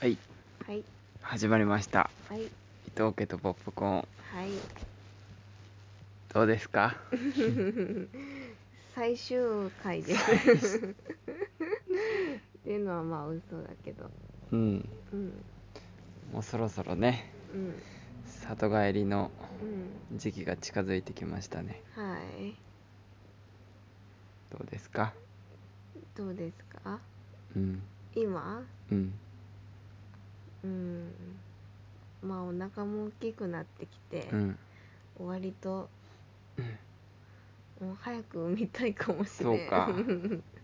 はいはい始まりましたは伊い藤家とポップコーンはいどうですか最終回ですっていうのはまあ嘘だけどうんうんもうそろそろねうん里帰りのう時期が近づいてきましたねんはいどうですかどうですかうん今うんうんまあお腹も大きくなってきて、うん割と、もう早く産みたいかもしそれ うんか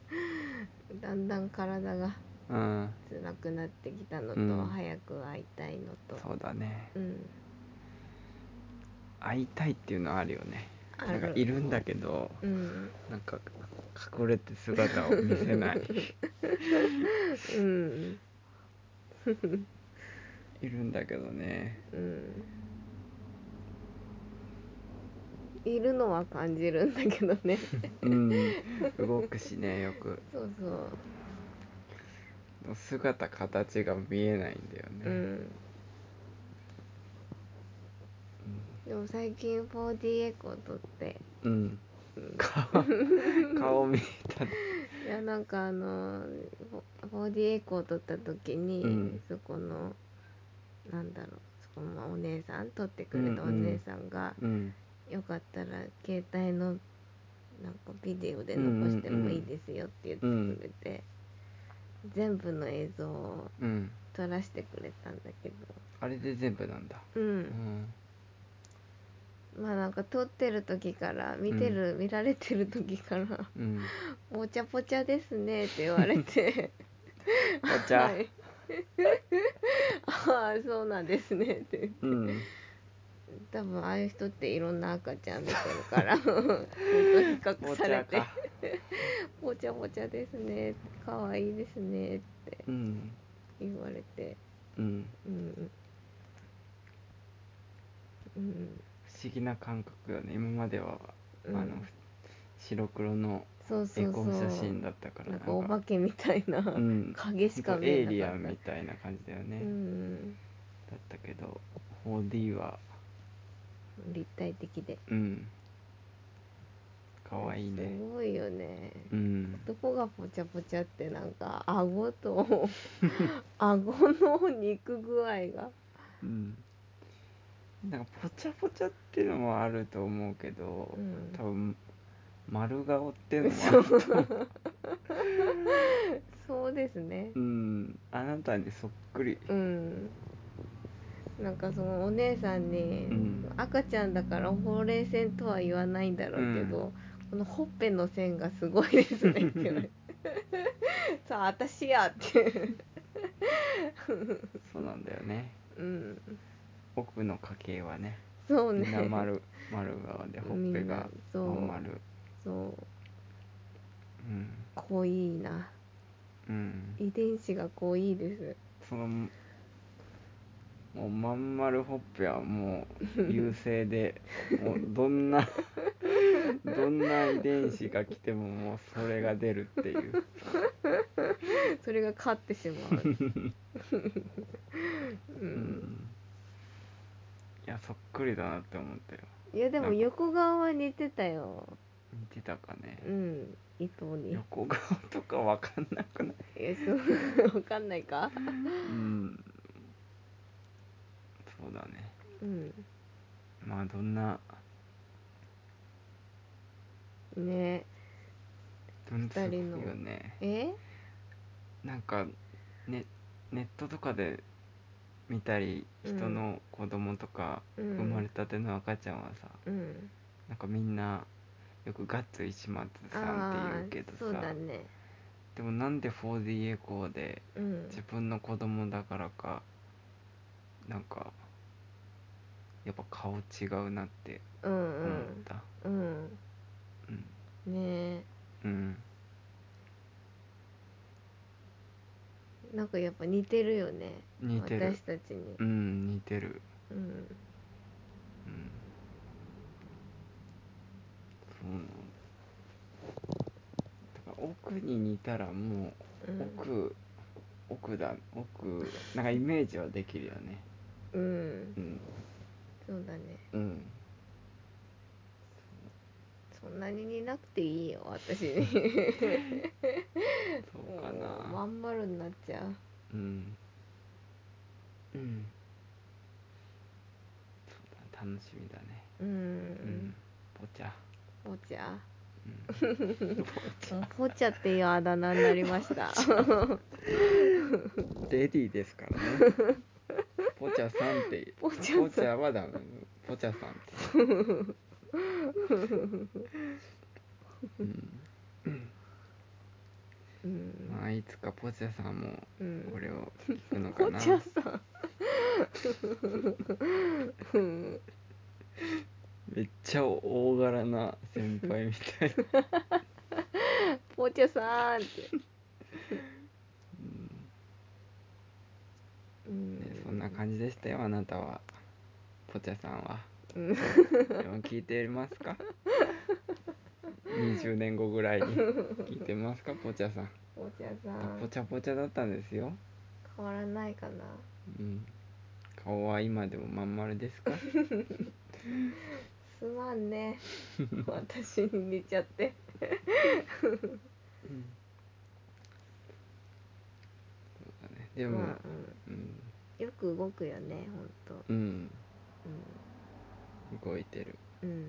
だんだん体がうん辛くなってきたのと、うん早く会いたいのとそうだねうん会いたいっていうのはあるよねあなんかるいるんだけどうんなんか隠れて姿を見せ ないうんいるんだけどねうんいるのは感じるんだけどねうん動くしねよくそうそう姿形が見えないんだよね、うんでも最近 4D エコー撮ってうん。顔、顔見えたね。いやなんかあの 4D エコー撮った時に、うんそこのなんだろうそこのお姉さん撮ってくれたお姉さんが、うん。よかったら携帯のなんかビデオで残してもいいですよって言ってくれて、全部の映像をうん。撮らせてくれたんだけどあれで全部なんだ。う、うんん。まあなんか撮ってる時から見てる、見られてる時から うん。 「ぽちゃぽちゃですね」って言われ てお茶。はい、 ああそうなんですねってうん。多分ああいう人っていろんな赤ちゃん見てるから ずっと比較おされ茶てか。 「ぽちゃぽちゃですね」「かわいいですね」ってうん。言われてうん。うんうん不思議な感覚よね。今までは、うあんの白黒のそうそエうコそうー写真だったからなんかお化けみたいな、うん。影しか見エえイリアなンかっみたいな感じだよた、ね。うん、だったけど、4D は、立体的でうん。可愛いすね。ごいよね、うん。どこがぽちゃぽちゃってなんか 顎と顎の肉具合がうんなんかぽちゃぽちゃっていうのもあると思うけど、うん多分丸顔っていうのもあると思う、そうですねうん、あなたにそっくり、うんなんかそのお姉さんに、うん赤ちゃんだからほうれい線とは言わないんだろうけど、このほっぺの線がすごいですねって言 われてさあ私やってそうなんだよねうん奥の家系はねそうねみんな丸丸顔でほっぺみんながそまうん丸そううん、濃いなうん、遺伝子が濃いですそのもうまん丸ほっぺはもう優勢 でもうどんなどんな遺伝子が来てももうそれが出るっていうそれが勝ってし まうううんんいやそっくりだなって思ったよいやでも横顔は似てたよ似てたかねうん伊藤に横顔とかわかんなくないえそうわかんないかうんそうだねうんまあどんなねどんな二人のすごいよねえなんかねネットとかで見たりうん人の子供とかうん生まれたての赤ちゃんはさ、うんなんかみんなよくガッツ石松さんって言うけあーどそうさ、だねでもなんで 4D エコーでうん自分の子供だからかなんかやっぱ顔違うなってう思っんたうんうんうんねうんえなんかやっぱ似てるよね似てる私たちにうん似てるうんうんそうなのだから奥に似たらもううん奥、奥だ奥なんかイメージはできるよねううんんそうだねうんそんなに似なくていいよ私もそうかうなまん丸になっちゃううんうんそうだ楽しみだねううんんぼちゃポチャうんポチャっていうあだ名になりましたレディーですからねポチャさんってポチャさんポチャはダメポチャさんって、うんうんまあいつかポチャさんもうん俺を聞くのかポなチャさんうんめっちゃ大柄な先輩みたいな、ポチャさ んってうねん、そんな感じでしたよあなたはポチャさんはうんでも聞いてますか20年後ぐらいに聞いてますかポチャさんポチャさポんチャポチャだったんですよ変わらないかなうん顔は今でもまん丸ですかすまんね私に似ちゃってでも、まあうん、うん、よく動くよねほんとうん、動いてるうん、うん、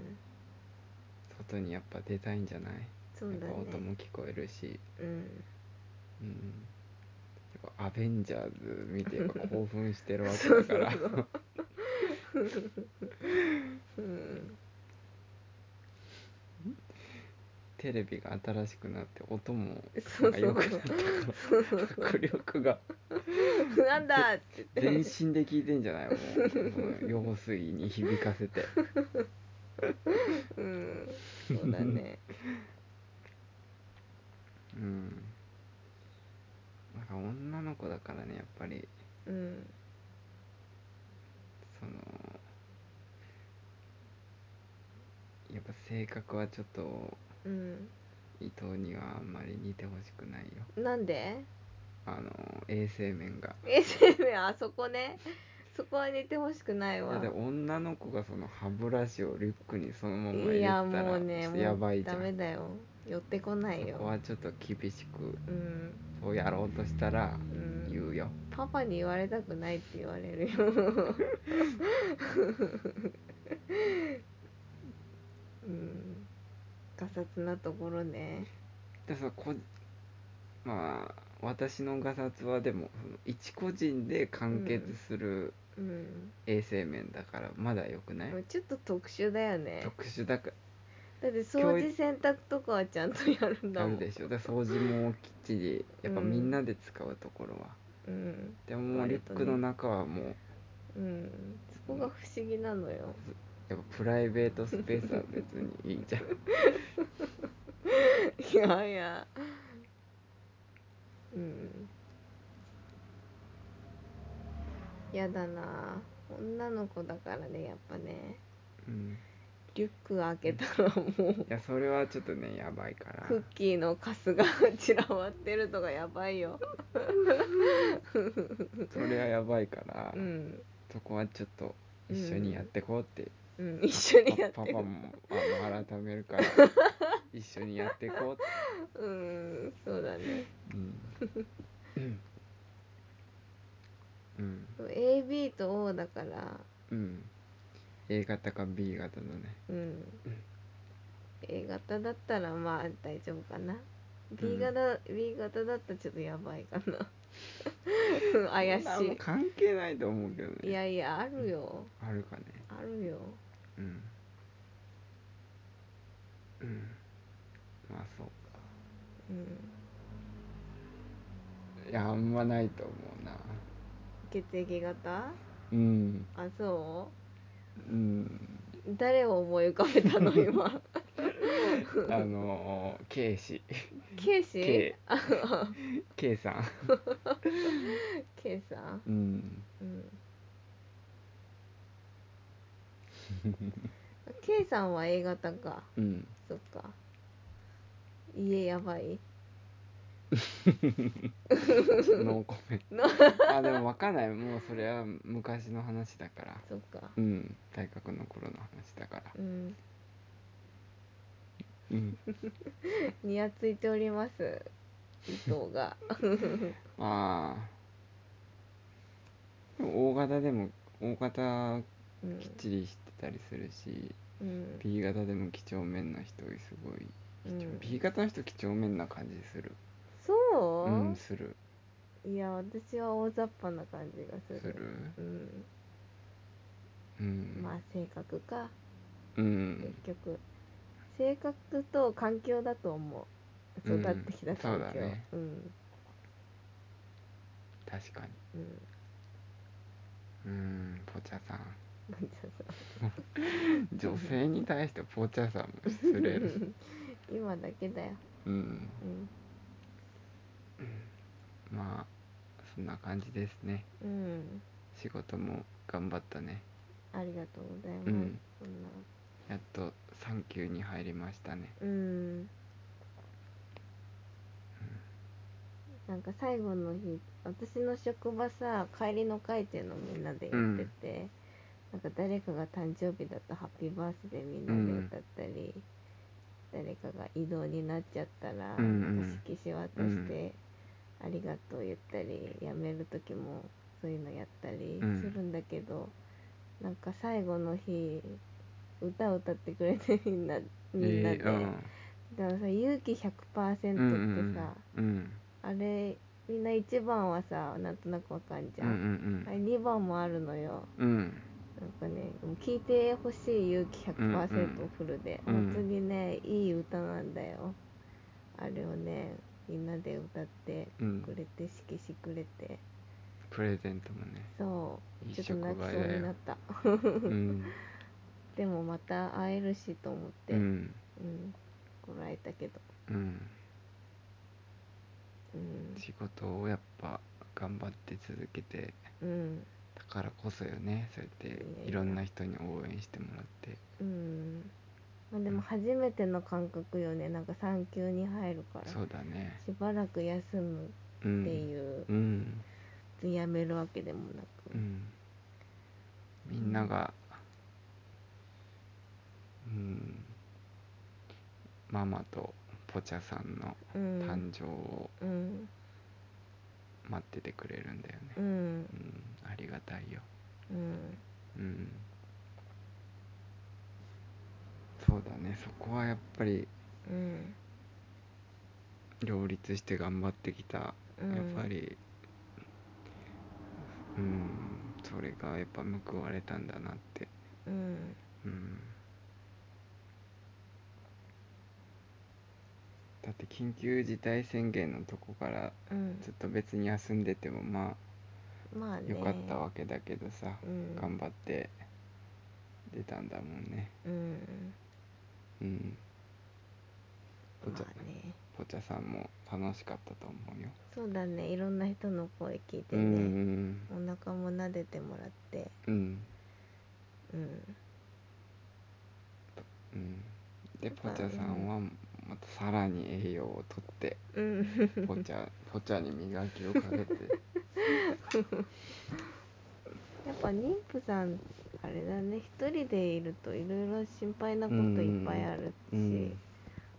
外にやっぱ出たいんじゃない、そうやっだぱ音ねも聞こえるし、うんう ん、やっぱアベンジャーズ見てやっぱ興奮してるわけだから うんテレビが新しくなって音もそなうんかそ良うくなった から迫力がなんだって全身で聞いてんじゃないもうその用水に響かせてうんそうだねうんなんか女の子だからねやっぱりうんそのやっぱ性格はちょっとうん伊藤にはあんまり似てほしくないよなんであの衛生面が衛生面あそこねそこは似てほしくないいわやで女の子がその歯ブラシをリュックにそのまま入れいてたやらもうねちょっもとやばういじゃダんメだよ寄ってこないそこよはちょっと厳しくうんそうやろうとしたらうん言うよ、パパに言われたくないって言われるよ。 うん。がさつなところね。でさこまあ私のガサツはでもその一個人で完結するうん。衛生面だからまだ良くない、もうちょっと特殊だよね。特殊だかだって掃除洗濯とかはちゃんとやるんだらもん。でしょで掃除もきっちりやっぱうんみんなで使うところは、うん。でももうリュックの中はもううん。そこが不思議なのよ。やっぱプライベートスペースは別にいいじゃん いやいや。うん。やだな。女の子だからね、やっぱね。うんリュック開けたらもういやそれはちょっとねやばいからクッキーのカスが散らばってるとかやばいよ。それはやばいから、うん。そこはちょっと一緒にやってこうって、うん、一緒にやっパパてパもあの改めるから一緒にやってこうってうんそうだねうんうん、 AB と O だからうん、A 型か B 型のねうん、A 型だったらまあ大丈夫かなう B ん型、B 型だったらちょっとやばいかな 怪しそんなの関係ないと思うけどいいねやいやあるよあるかねあるようんうんまあそうかうんいやあんまないと思うな血液型うんあそうんう誰を思い浮かべたの今あのー K 氏ケイシ K ー K さんケイさんうん うん。K さんは A 型か。うんそっか。家やばい。ノーコメントあでも分かんないもうそれは昔の話だからそっかうん大学の頃の話だからうんうんにやついております伊藤がまあでも大型でも大型うんきっちりしてたりするし、うん B 型でも几帳面な人すごい、うん、 B 型の人几帳面な感じするそう、うんするいや私は大雑把な感じがするするううんん、まあ性格かうん結局性格と環境だと思うう育んってきたそ環境うだねうん確かにううんんポチャさんなんじゃそ女性に対してポチャさんも失礼るれ 今だけだようんうんまあそんな感じですねうん仕事も頑張ったねありがとうございます、うんそんなやっと産休に入りましたねうんなんか最後の日私の職場さ帰りの会っていうのをみんなでやってて、なんか誰かが誕生日だと「ハッピーバースデー」みんなで歌ったり、誰かが移動になっちゃったら、うんうんなんか色紙渡して「ありがとう」言ったり辞める時もそういうのやったりうんするんだけど、なんか最後の日歌を歌ってくれてみんなみんなで。えーうんだからさ勇気100%ってさ、うんうんうんあれみんな1番はさなんとなくわかんじゃ、うんうんあれん2番もあるのようんうんなんかねもう聞いてほしい勇気うんう100%んフルで、うん本当にねいい歌なんだよあれをねみんなで歌ってうんくれて色紙くれてプレゼントもねそういいちょっと職場泣きそうだになっよ、たうんでもまた会えるしと思ってううん、んこらえたけどうん、うん仕事をやっぱ頑張って続けてうんだからこそよねそうやっていやいやいろんな人に応援してもらってうんまあ、でも初めての感覚よねなんか産休に入るからそうだねしばらく休むうっんていう、うんやめるわけでもなく、うんみんながうんママとポチャさんのうん誕生をうん待っててくれるんだようねんうんありがたいようんうんそうだねそこはやっぱりうん両立して頑張ってきたうんやっぱりうん、それがやっぱ報われたんだなってうんうんだって緊急事態宣言のとこからうんずっと別に休んでてもままああねよかったわけだけどさ、うん頑張って出たんだもんねうんうんポチャまあねポチャさんも楽しかったと思うよ、そうだねいろんな人の声聞いてうんうね、んお腹も撫でてもらってうんうんうんでポチャさんはまたさらに栄養をとってうんポチ ャポチャに磨きをかけてやっぱ妊婦さんあれだね一人でいるといろいろ心配なこといっぱいあるし、うん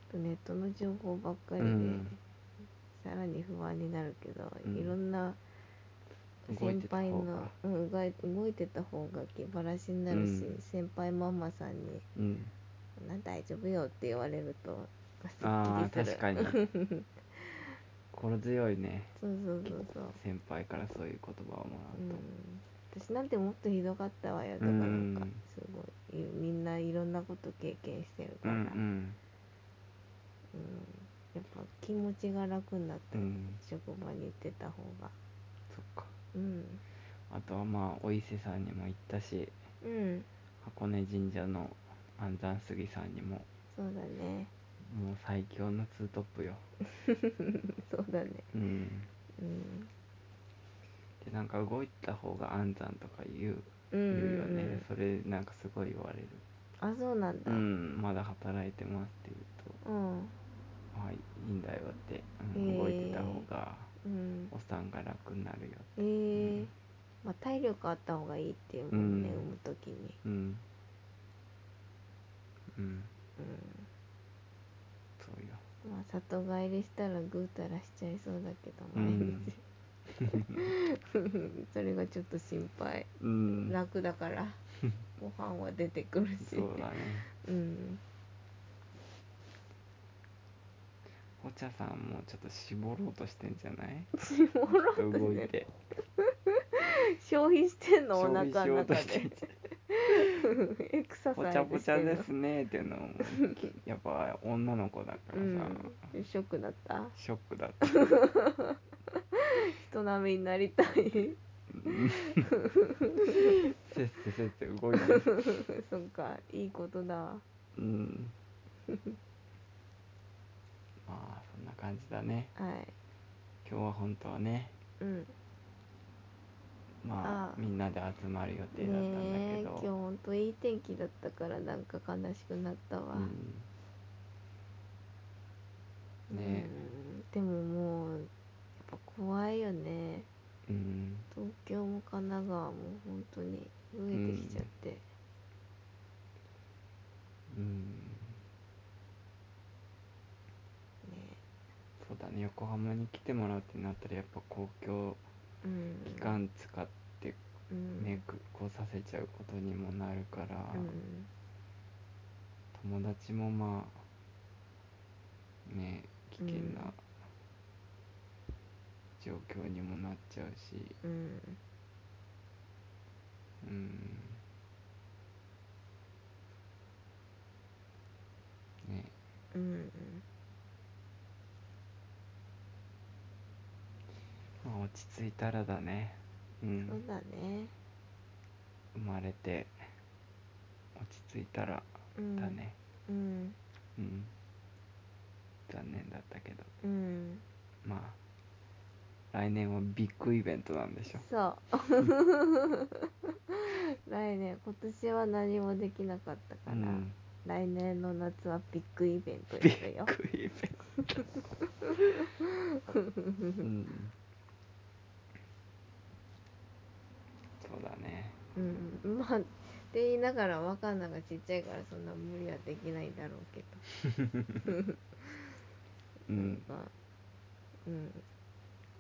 あとネットの情報ばっかりうで、んさらに不安になるけど、うんいろんな動い先てた輩方のがうん動い動いてた方が気晴らしになるし、うん先輩ママさんにうん「なん大丈夫よ」って言われるとすあーっきりする確かに 心強いねそうそうそうそう、先輩からそういう言葉をもうらうと、ん、私なんてもっとひどかったわよとかうんなんかすごいみんないろんなこと経験してるうから、うんんやっぱ気持ちが楽になっうて、んうん職場に行ってた方がそっかうんあとはまあお伊勢さんにも行ったしうん箱根神社の安山杉さんにもそうだ ねもう最強のツートッ プよそうだねうんうんでなんか動いた方が安産とか言う,、うんうん言うようんねそれなんかすごい言われるあそうなんうだんまだ働いてますって言うとうあんまあいいんだよって、うへん、え動いてた方がうんお産が楽になるよえーまあ、体力あった方がいいっていうもんね、うん産む時にうんうんうんそうよまあ里帰りしたらぐうたらしちゃいそうだけどう毎ん日、 それがちょっと心配うん楽だから ご飯は出てくるしそうだねうんお茶さんもちょっと絞ろうとしてんじゃない絞ろうと動しいてて消費してんのお消腹費しのようと中してでエクサぽサイズちゃしてぽちゃですねっていうの もやっぱ女の子だからさ、んのうんショックだったショックだった人並みになりたい せっせせっせ動いてるそっかいいことだうんまあそんな感じだねはい今日は本当はねうんまあああみんなで集まる予定だったんだねけえど今日ほんといい天気だったからなんか悲しくなったわ、うんねうんでももうやっぱ怖いよねえうん東京も神奈川も本当に増えてきちゃって、うんねそうだね横浜に来てもらうってなったらやっぱ公共うん機関使ってうんね、くこうさせちゃうことにもなるから、うん友達もまあね危険うんな状況にもなっちゃうしうんうんねうんまあ落ち着いたらだねううんそうんだね生まれて落ち着いたらうんだねうんうん、残念だったけどうんまあ来年はビッグイベントなんでしょそう来年今年は何もできなかったから、うん来年の夏はビッグイベントやるよビッグイベントうんそうだねうん まあって言いながらわかんながちっちゃいからそんな無理はできないんだろうけどうんなんかうん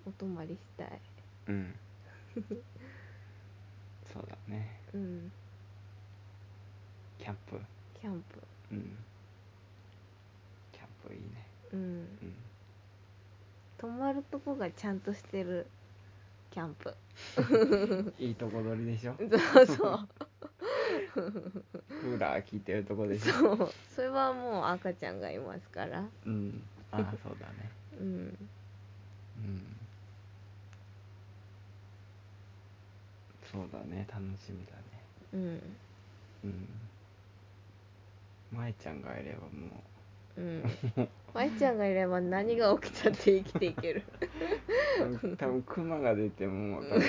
お泊まりしたいうんそうだねうんキャンプキャンうんキャンプいいねプうんうん泊まるとこがちゃんとしてるキャンプいいとこ取りでしょそうそう クーラー効いてるとこでしょそうそれはもう赤ちゃんがいますからうんああそうだねうんうんそうだね楽しみだねうんうんまえちゃんがいればも うん舞ちゃんがいれば何が起きたって生きていける う多分クマが出ても多分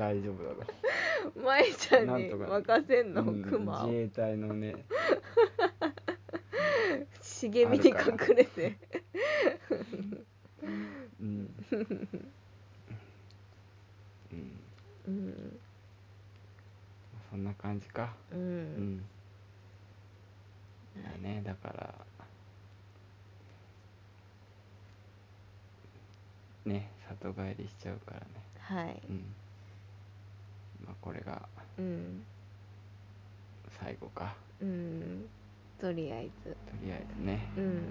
大丈夫だか舞ちゃんなんにとか任せんら、 のうんクマを自衛隊のね茂みに隠れてうんうんうんそんな感じかううんんだねだからね里帰りしちゃうからねはいうんまあこれがうん最後かうんとりあえずとりあえずねうん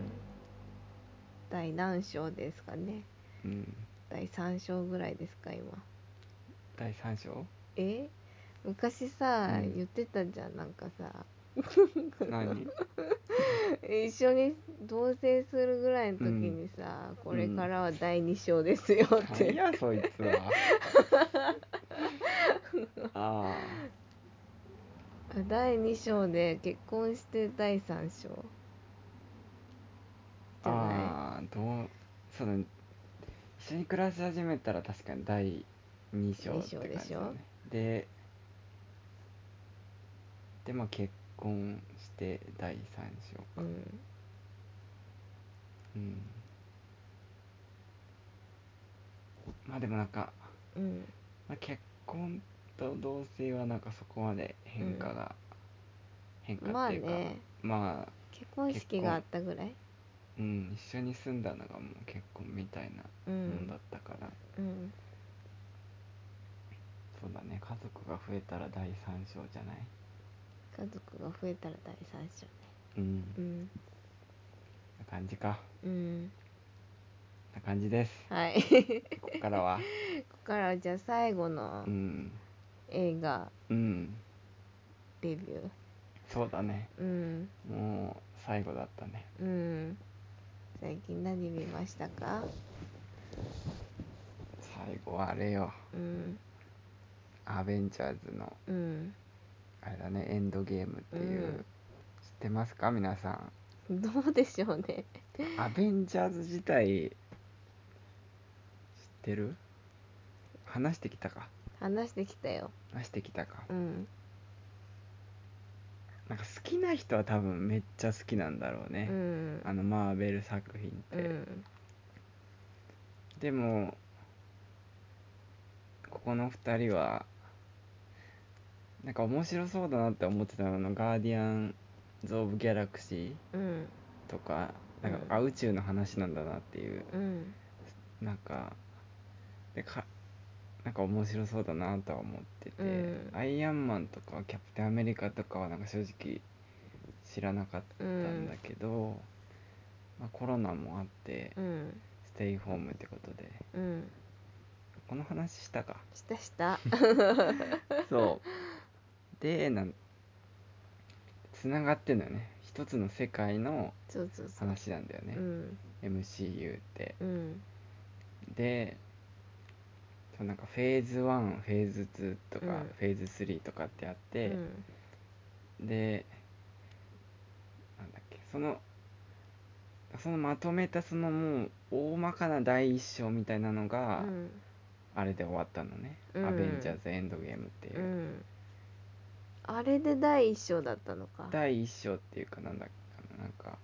第何章ですかねうん第3章ぐらいですか今第3章 え昔さ、うん言ってたじゃんなんかさ何一緒に同棲するぐらいの時にさ、これからは第2章ですよって、何やそいつは ああ第2章で結婚して第3章あじゃないああどうそうだね一緒に暮らし始めたら確かに第2章って感じだ二章ねででまあ結婚して第3章うんうんまあでもなんか、うんまあ、結婚と同性はなんかそこまで変化が、変ま化っあていうかねまあ結婚式があったぐらいうん一緒に住んだのがもう結婚みたいなうもんんだったから、うんそうだね家族が増えたら第三章じゃない家族が増えたら第三章ねうんうこんんな感じかうんこんな感じですはいこここから はこからはじゃあ最後のうん映画うんレビューそうだねうんもう最後だったねうん最近何見ましたか最後はあれようんアベンジャーズのうんあれだねエンドゲームっていう、うん知ってますか皆さんどうでしょうねアベンジャーズ自体知ってる話してきたか話してきたよ話してきたかうんなんか好きな人は多分めっちゃ好きなんだろううね、んあのマーベル作品って、うんでもここの2人はなんか面白そうだなって思ってたのの「ガーディアンズ・オブ・ギャラクシうんー」とかなんか、うんあ宇宙の話なんだなっていううんなんかでかなんか面白そうだなとは思ってて、うんアイアンマンとかキャプテンアメリカとかはなんか正直知らなかったんだけど、まあ、コロナもあってうんステイホームってことでうんこの話したかし たしたそうでなんつながってんだよね一つの世界のそうそうそう話なんだよねう、ん MCU ってうんでそうなんかフェーズ1フェーズ2とか、うんフェーズ3とかってあっうて、んでなんだっけそのそのまとめたそのもう大まかな第一章みたいなのうが、んあれで終わったのね、うんアベンジャーズエンドゲームっていうう、んあれで第一章だったのか第一章っていうかなんだっけかななんか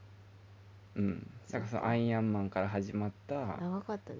うんだからそそうのそうアイアンマンから始まった長かったね